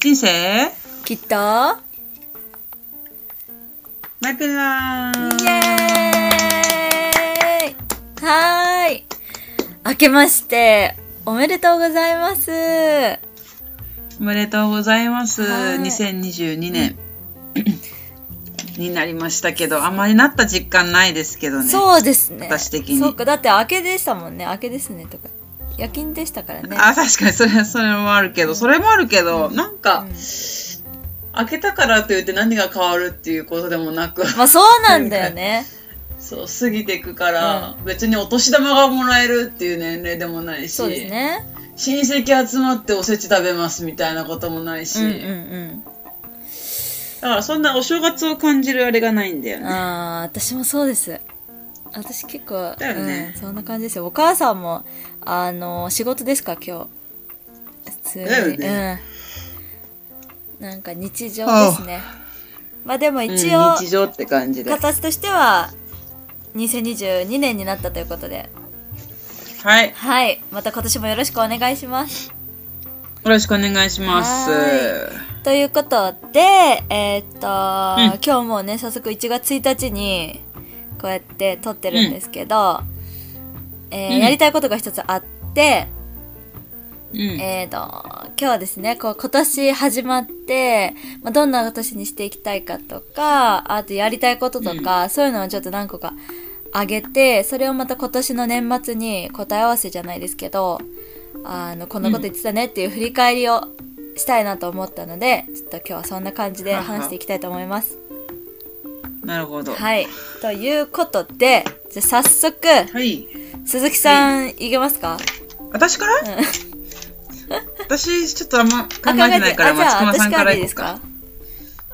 人生きっとイエマイペラーーイはーい明けましておめでとうございますおめでとうございます。はい2022年 になりましたけど、あんまりなった実感ないですけどね。そうですね私的にそうかだって明けでしたもんね明けですねとか夜勤でしたからねあ、確かにそれ、それもあるけど、それもあるけど、なんか、開けたからといって何が変わるっていうことでもな く、まあそうなんだよねそう、過ぎていくから、別にお年玉がもらえるっていう年齢でもないし、そうですね親戚集まっておせち食べますみたいなこともないし、うんうんだからそんなお正月を感じるあれがないんだようんね。ああ私もそうです私結構だよねうん、そんな感じですよお母さんもあの仕事ですか今日普通にだよねうん、なんか日常ですねまあでも一う応、ん日常って感じで。形としては2022年になったということではい。よはいまた今年もよろしくお願いしますろしくお願いします。はということで、えーっと、うん今日もうね、早速1月1日に、こうやって撮ってるんですけど、えーうんやりたいことが一つあって、うん。えーっと、今日はですね、こう今年始まって、まあ、どんな年にしていきたいかとか、あとやりたいこととか、そういうのをちょっと何個かあげて、それをまた今年の年末に答え合わせじゃないですけど、あの、こんなこと言ってたねっていう振り返りをしたいなと思ったので、ちょっと今日はそんな感じで話していきたいと思います。なるほど。ははい。ということで、じゃあ早速、い。鈴木さん、いけますか私からうん私、ちょっとあんま考えあてないから、あじ松ゃあ隈さん私かかららでいいいでこすうか。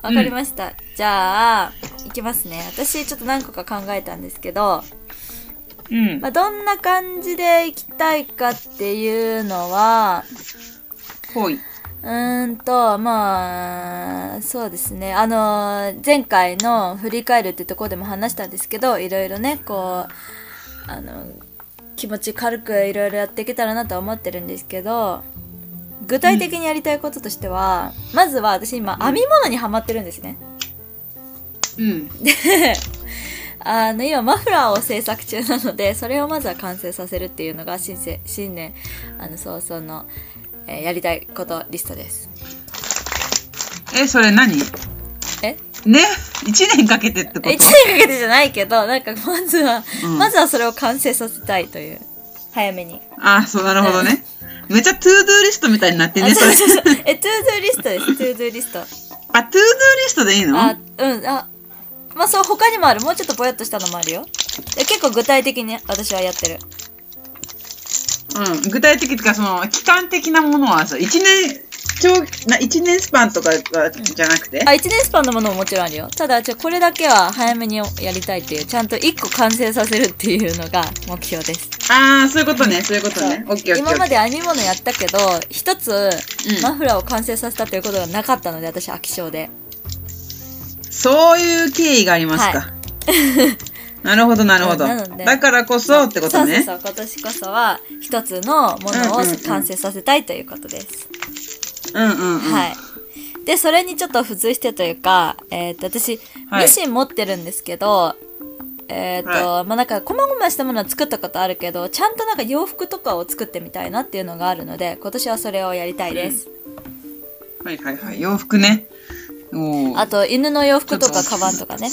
かわかりました。じゃあ、いきますね。私、ちょっと何個か考えたんですけど、うん。まあ、どんな感じで行きたいかっていうのは、ほい。うーんと、まあ、そうですね。あの、前回の振り返るってとこでも話したんですけど、いろいろね、こう、あの、気持ち軽くいろいろやっていけたらなとは思ってるんですけど、具体的にやりたいこととしては、まずは私今、編み物にハマってるんですね。うん。あの、今、マフラーを制作中なので、それをまずは完成させるっていうのが、新生新年、あの、早々の、えーやりたいことリストです。え、それ何えね ?1 年かけてってこえと一年かけてじゃないけど、なんかまずは、うんまずはそれを完成させたいという。早めに。あそう、なるほどね。めっちゃトゥードゥーリストみたいになってあね、そそうれ。そうそう。え、トゥードゥーリストです。トゥードゥーリスト。あ、トゥードゥーリストでいいのあ、うん、あ、まあそう、他にもある。もうちょっとぼやっとしたのもあるよ。で結構具体的に私はやってる。うん。具体的っていうか、その、期間的なものはさ、1年、長期、な、1年スパンとかがじゃなくて、あ、一年スパンのものももちろんあるよ。ただ、ちょ、これだけは早めにやりたいっていう、ちゃんと一個完成させるっていうのが 目標です。ああ、そういうことね、そういうことね。オッケーオッケーオッケー。今まで編み物やったけど、一つうん、マフラーを完成させたということがなかったので、私飽き性で。そういう経緯がありますか。は なるほど、なるほど。なのでだからこそってことね。そうそうそう、今年こそは一つのものをうんうんうん完成させたいということです。うんうんうん。はい。で、それにちょっと付随してというか、えーっと、私、はいミシン持ってるんですけど、えーっと、まあ、なんか、こまごましたものは作ったことあるけど、ちゃんとなんか洋服とかを作ってみたいなっていうのがあるので、今年はそれをやりたいです。はいはいはい。洋服ね。おーあと、犬の洋服とかちょっカとバンとかね。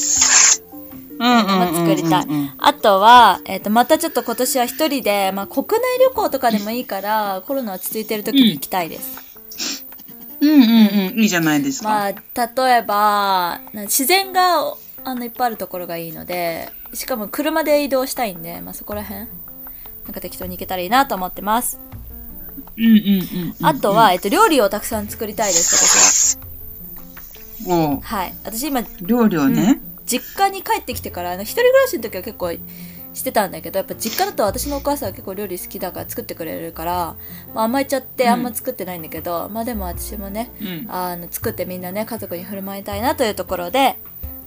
うんうんうんうんうん作りたい。あとは、えっ、と、またちょっと今年は一人で、まあ、国内旅行とかでもいいから、コロナ落ち着いてる時に行きたいです。うんうんうん。いいじゃないですか。まあ、例えば、な自然が、おあの、いっぱいあるところがいいので、しかも車で移動したいんで、まあ、そこら辺、なんか適当に行けたらいいなと思ってます。うんうんうんうん。あとは、えっ、と、料理をたくさん作りたいです、おー私は。はい。私今、料理をね。実家に帰ってきてから、あの一人暮らしの時は結構してたんだけど、やっぱ実家だと私のお母さんは結構料理好きだから作ってくれるから、まあ甘えちゃってあんま作ってないんだけど、まあでも私もね、うん。あの、作ってみんなね、家族に振る舞いたいなというところで、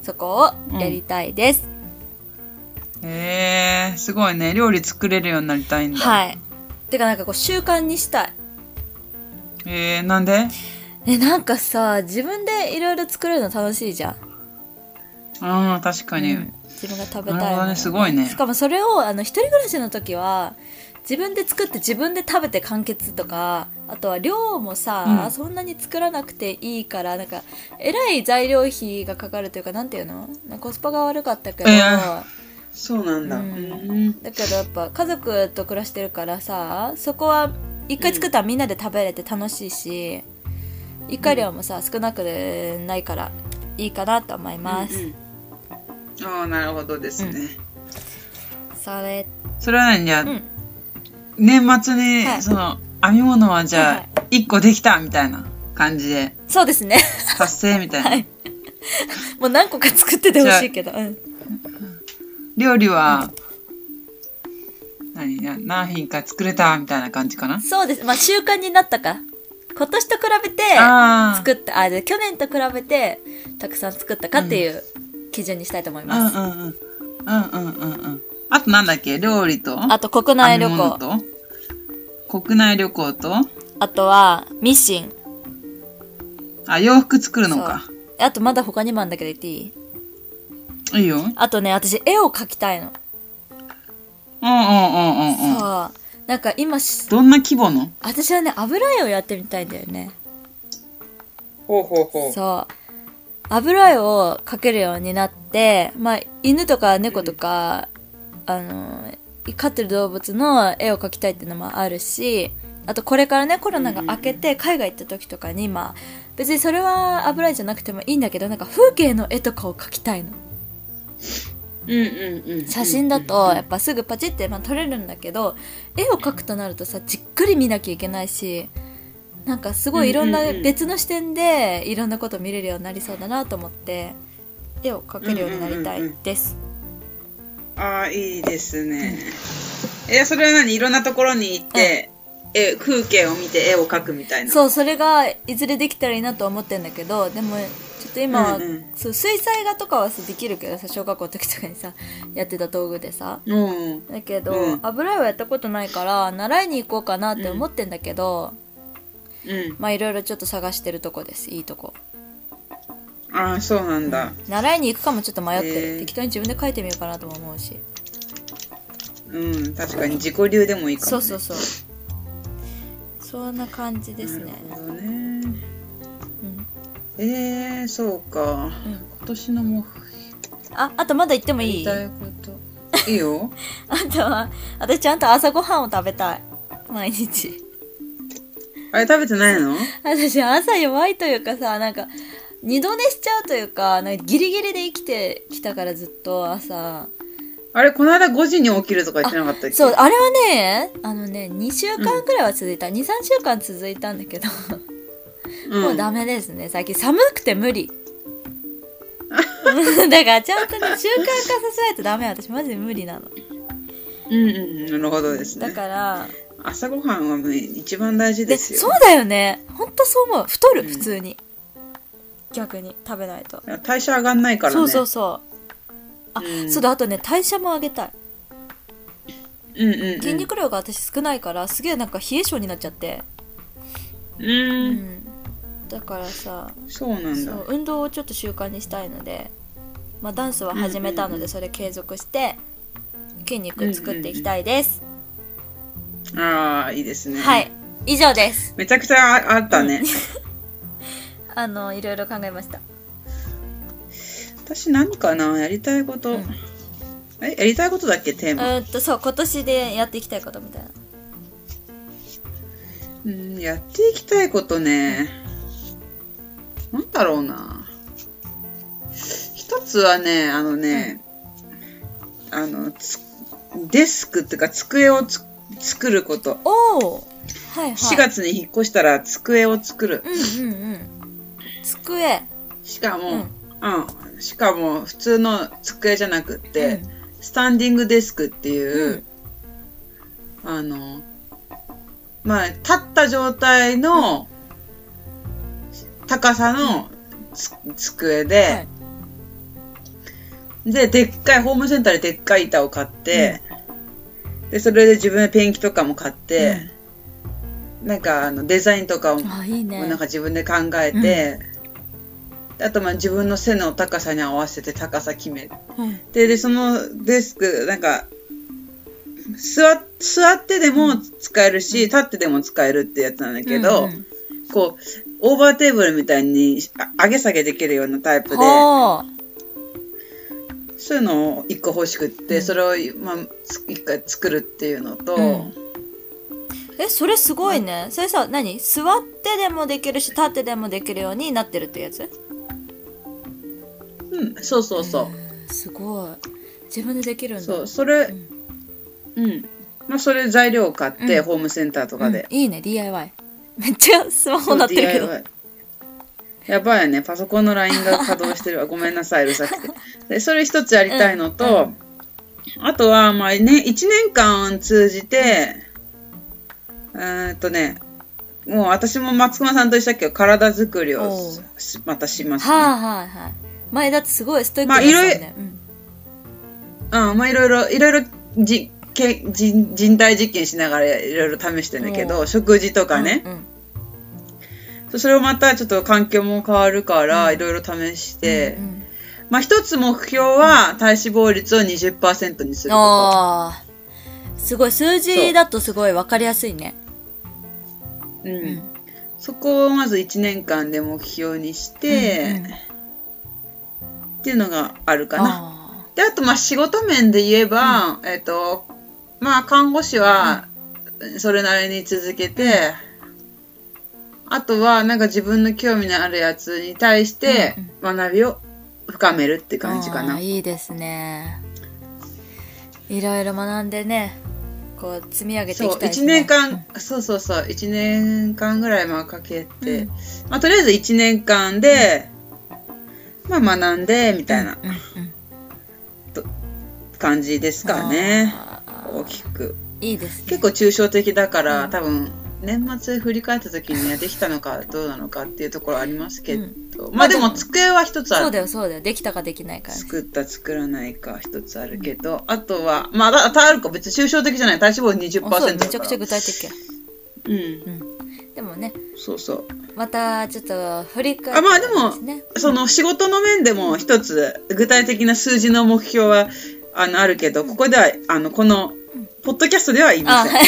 そこをやりたいです。へえ、すごいね。料理作れるようになりたいんだ。はい。てかなんかこう習慣にしたい。へえ、なんでえ、なんかさ、自分でいろいろ作るの楽しいじゃん。うん、確かに。うん自分が食べたいなるもほのどね、すごいねし。かもそれをあの一人暮らしの時は自分で作って自分で食べて完結とかあとは量もさ、うんそんなに作らなくていいからなんかえらい材料費がかかるというかなんていうのなんかコスパが悪かったけど、えーそうなんだ。ううんん。だけどやっぱ家族と暮らしてるからさそこは一回作ったらみんなで食べれて楽しいし、一回量もさ少なくないからいいかなと思います、うんうんああ、なるほどですね。それそれは何じゃあ、うん年末に、はいその、編み物はじはいゃはあ、一個できたみたいな感じで、そうですね 達成みたいな。はいもう何個か作っててほしいけどうん料理は、何な何品か作れたみたいな感じかな。そうです。まあ、習慣になったから。今年と比べて、ああ。作った、あ、で、去年と比べて、たくさん作ったかっていう基準にしたいと思います。うんうんうん。うんうんうんうん。あとなんだっけ料理とあと、国内旅編み物行。と国内旅行とあとは、ミシン。あ、洋服作るのか。あと、まだ他にもあるんだけど言っていいいいよ。うんうんあとね、私、絵を描きたいの。うんうんうん。そう。なんか今し、どんな規模の私はね、油絵をやってみたいんだよね。ほうほうほそう。油絵を描けるようになって、まあ、犬とか猫とか、あの、飼ってる動物の絵を描きたいっていうのもあるし、あとこれからね、コロナが明けて海外行った時とかに、まあ、別にそれは油絵じゃなくてもいいんだけど、なんか風景の絵とかを描きたいの。う。うんうんうん。写真だと、やっぱすぐパチって、まあ、撮れるんだけど、絵を描くとなるとさ、じっくり見なきゃいけないし、なんかすごいいろんなうんうんうん別の視点でいろんなこと見れるようになりそうだなと思って、絵を描けるようになりたいです。ああ、いいですね。え、それは何いろんなところに行って、え風景を見て絵を描くみたいな。そう、それがいずれできたらいいなとは思ってんだけど、でも、ちょっと今は、うんうんそう、水彩画とかはさ、できるけどさ、小学校の時とかにさ、やってた道具でさ。う。うん。だけど、うん油絵はやったことないから、習いに行こうかなって思ってんだけど、うん。まあいろいろちょっと探してるとこです、いいとこ。ああ、そうなんだ。習いに行くかもちょっと迷ってる。へー適当に自分で描いてみようかなとも思うし。うん、確かに自己流でもいいかそも、うね。そうそう。そんな感じですね。なるほどね。うん。えー、そうか。うん。今年の目標あ、あとまだ言っても言いいいたいこと。いいよ。あとは、私ちゃんと朝ごはんを食べたい。毎日。あれ食べてないの私朝弱いというかさ、なんか、二度寝しちゃうというか、なんかギリギリで生きてきたからずっと朝。あれ、この間5時に起きるとか言ってなかったっけそう、あれはね、あのね、2週間くらいは続いた。2、3週間続いたんだけど、うん、もうダメですね。最近寒くて無理。 だからちゃんとね、習慣化させないとダメ。私マジで無理なの。うんうん、なるほどですだね。から、朝ごはんはね、一番大事でですよ。そうだよねほんとそう思う太るうん普通に、逆に食べないと、代謝上がんないからね。そうそうそうあ、うんそうだあとね代謝も上げたいうんうんうん。筋肉量が私少ないからすげえなんか冷え性になっちゃってう。うんんだからさそうなんそだ。う運動をちょっと習慣にしたいので、まあ、ダンスは始めたのうんうんうでんそれ継続して筋肉作っていきたいです、ああ、いいですね。は。い以上ですめちゃくちゃああったね。あのいろいろ考えました私何かなやりたいこと。うんえ、やりたいことだっけテーうマ。ーんとそう今年でやっていきたいことみたいなうん、やっていきたいことね。なんだろうな。一つはね、あのね、あの、つデスクっていうか机をつ作ること。おおはいはい4月に引っ越したら机を作る。うんうんうん机しかも、ううんん、しかも普通の机じゃなくって、うん、スタンディングデスクっていううんあの、まあ、立った状態の高さのつ机はでい、で、でっかい、ホームセンターででっかい板を買って、で、それで自分でペンキとかも買って、なんかあのデザインとかをあ、いいね。なんか自分で考えて、あとまあ自分の背の高さに合わせて高さ決めうんて、で、そのデスク、なんか、座っ座ってでも使えるし、立ってでも使えるってやつなんだけど、うんうんこう、オーバーテーブルみたいにあ上げ下げできるようなタイプで、ほうそういうのを一個欲しくって、うんそれを、まあ、つ一回作るっていうのと、うんえ、それすごいね。それさ、何座ってでもできるし、立ってでもできるようになってるってやつうん、そうそうそう。すごい。自分でできるんだ。そう、それ、うん。まあ、それ材料を買って、うんホームセンターとかで。うんいいね、DIY。めっ ちゃスマホなってるけど。 DIY やばいよね。パソコンの LINE が稼働してる わ。ごめんなさい、うるさくて。で、それ一つやりたいのと、あとは、まあね、一年間通じて、うーんとね、もう私も松隈さんと一緒だけど、体作りをおうしまたします、ね。はいはいはい。前だってすごいストイックまあだったもんいろね。うんうん、まあいろいろ、いろいろじけ人人体実験しながらいろいろ試してんだけど、食事とかね、うんうんそうそれをまたちょっと環境も変わるから、いろいろ試して、うんまあ一つ目標は体脂肪率を20%にするこああ。すごい、数字だとすごい分かりやすいね。と。うん。うんそこをまず1年間で目標にして、うんうんっていうのがあるかな。あで、あと、まあ、仕事面で言えば、えっ、と、まあ、看護師は、それなりに続けて、あとは、なんか自分の興味のあるやつに対して、学びを深めるってー感じかあなー。いいですね。いろいろ学んでね、こう、積み上げてそいきう、たいです一年ね。間、そうそうそう、一年間ぐらいまあかけて、うんまあ、とりあえず一年間で、まあ、学んで、みたいなうん。うんうん。感じですかね。あー大きく。いいですね。結構抽象的だから、うん多分年末振り返った時にはできたのかどうなのかっていうところありますけど、まあでも机は一つそあうだるよ、そうだよ。できたかできないかね。作った作らないか一つあるけど、あとはまあだたあるか別に抽象的じゃない体脂肪20%だあかそうらめちゃくちゃ具体的や。うんでもね、そうそうまたちょっと振り返あまあでたもいすねその仕事の面でも一つ具体的な数字の目標はあのあるけどここではあのこのポッドキャストでは言いまあ、せんはい。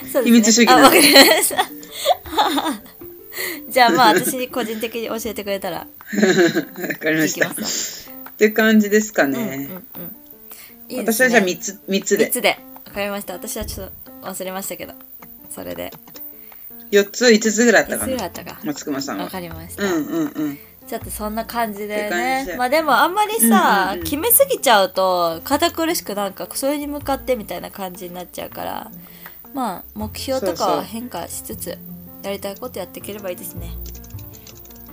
そうです ね秘密主義なあ、のわかりました。 じゃあまあ私に個人的に教えてくれたらわかりま聞しきたまっすて感じですかわ。うんうんね、うん。いいで私すねはじゃあ3つ三つで三つで。わかりました。私はちょっと忘れましたけど。それで。 4つ5つぐらいあったいつかぐらいあなったか。松隈さんわはかりましうた。んうんうんちょっとそんな感じでって感じねでまあでもあんまりうさ、んうんうん決めすぎちゃうと堅苦しくなんかそれに向かってみたいな感じになっちゃうからまあ目標とかそうはそう変化しつつやりたいことやっていければいいですね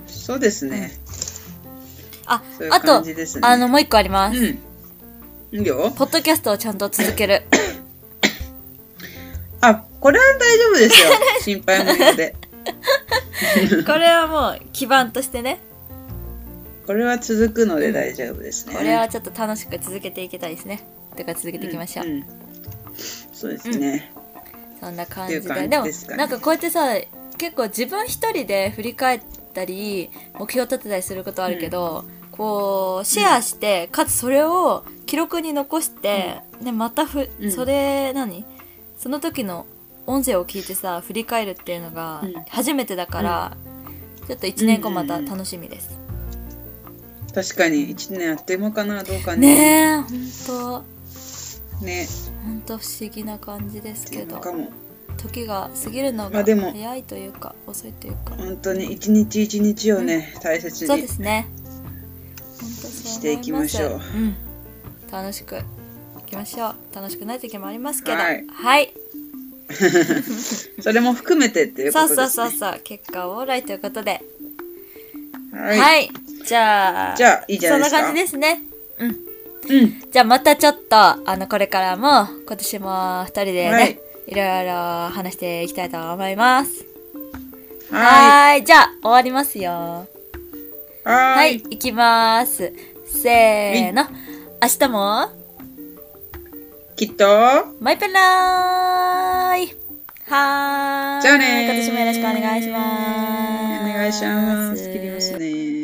そうですねあそういうあと、感じですねあのもう一個ありまうす、んいいよポッドキャストをちゃんと続 けるあこれは大丈夫です よ心配無用でこれはもう基盤としてねこれは続くので大丈夫ですねこれはちょっと楽しく続けていけたいですねてか続けていきましょう、んんそうですねそんな感じってでいう感じでもですかねなんかこうやってさ結構自分一人で振り返ったり目標立てたりすることあるけど、こうシェアして、かつそれを記録に残して、でまたふ、うんそれ何その時の音声を聞いてさ振り返るっていうのがうん初めてだから、ちょっと1年後また楽しみです、確かに1年あっという間かなどうかねねえほんとねほんと不思議な感じですなけどんかも時が過ぎるのまがあでも早いというか、遅いというか本当に一日一日をね、大切そうでにすね。本当そう思います、していきましょうん楽しくいきましょう。楽しくない時もありますけど、ははいい。それも含めてっていうこそうとです、そね、うそうそう。結果オーライということで、は、はいい。じゃあ、じゃあいいじゃないですかそんな感じですね。うん。うんじゃあまたちょっとあのこれからも今年も二人でね、はいい、ろいろ話していきたいと思います。ははーいじゃあ終わりますよ。いははいい、行きます。せーの。明日もきっとマイペンライはいはーい。じゃあねー今年もよろしくお願いします。お願いします。切りますね。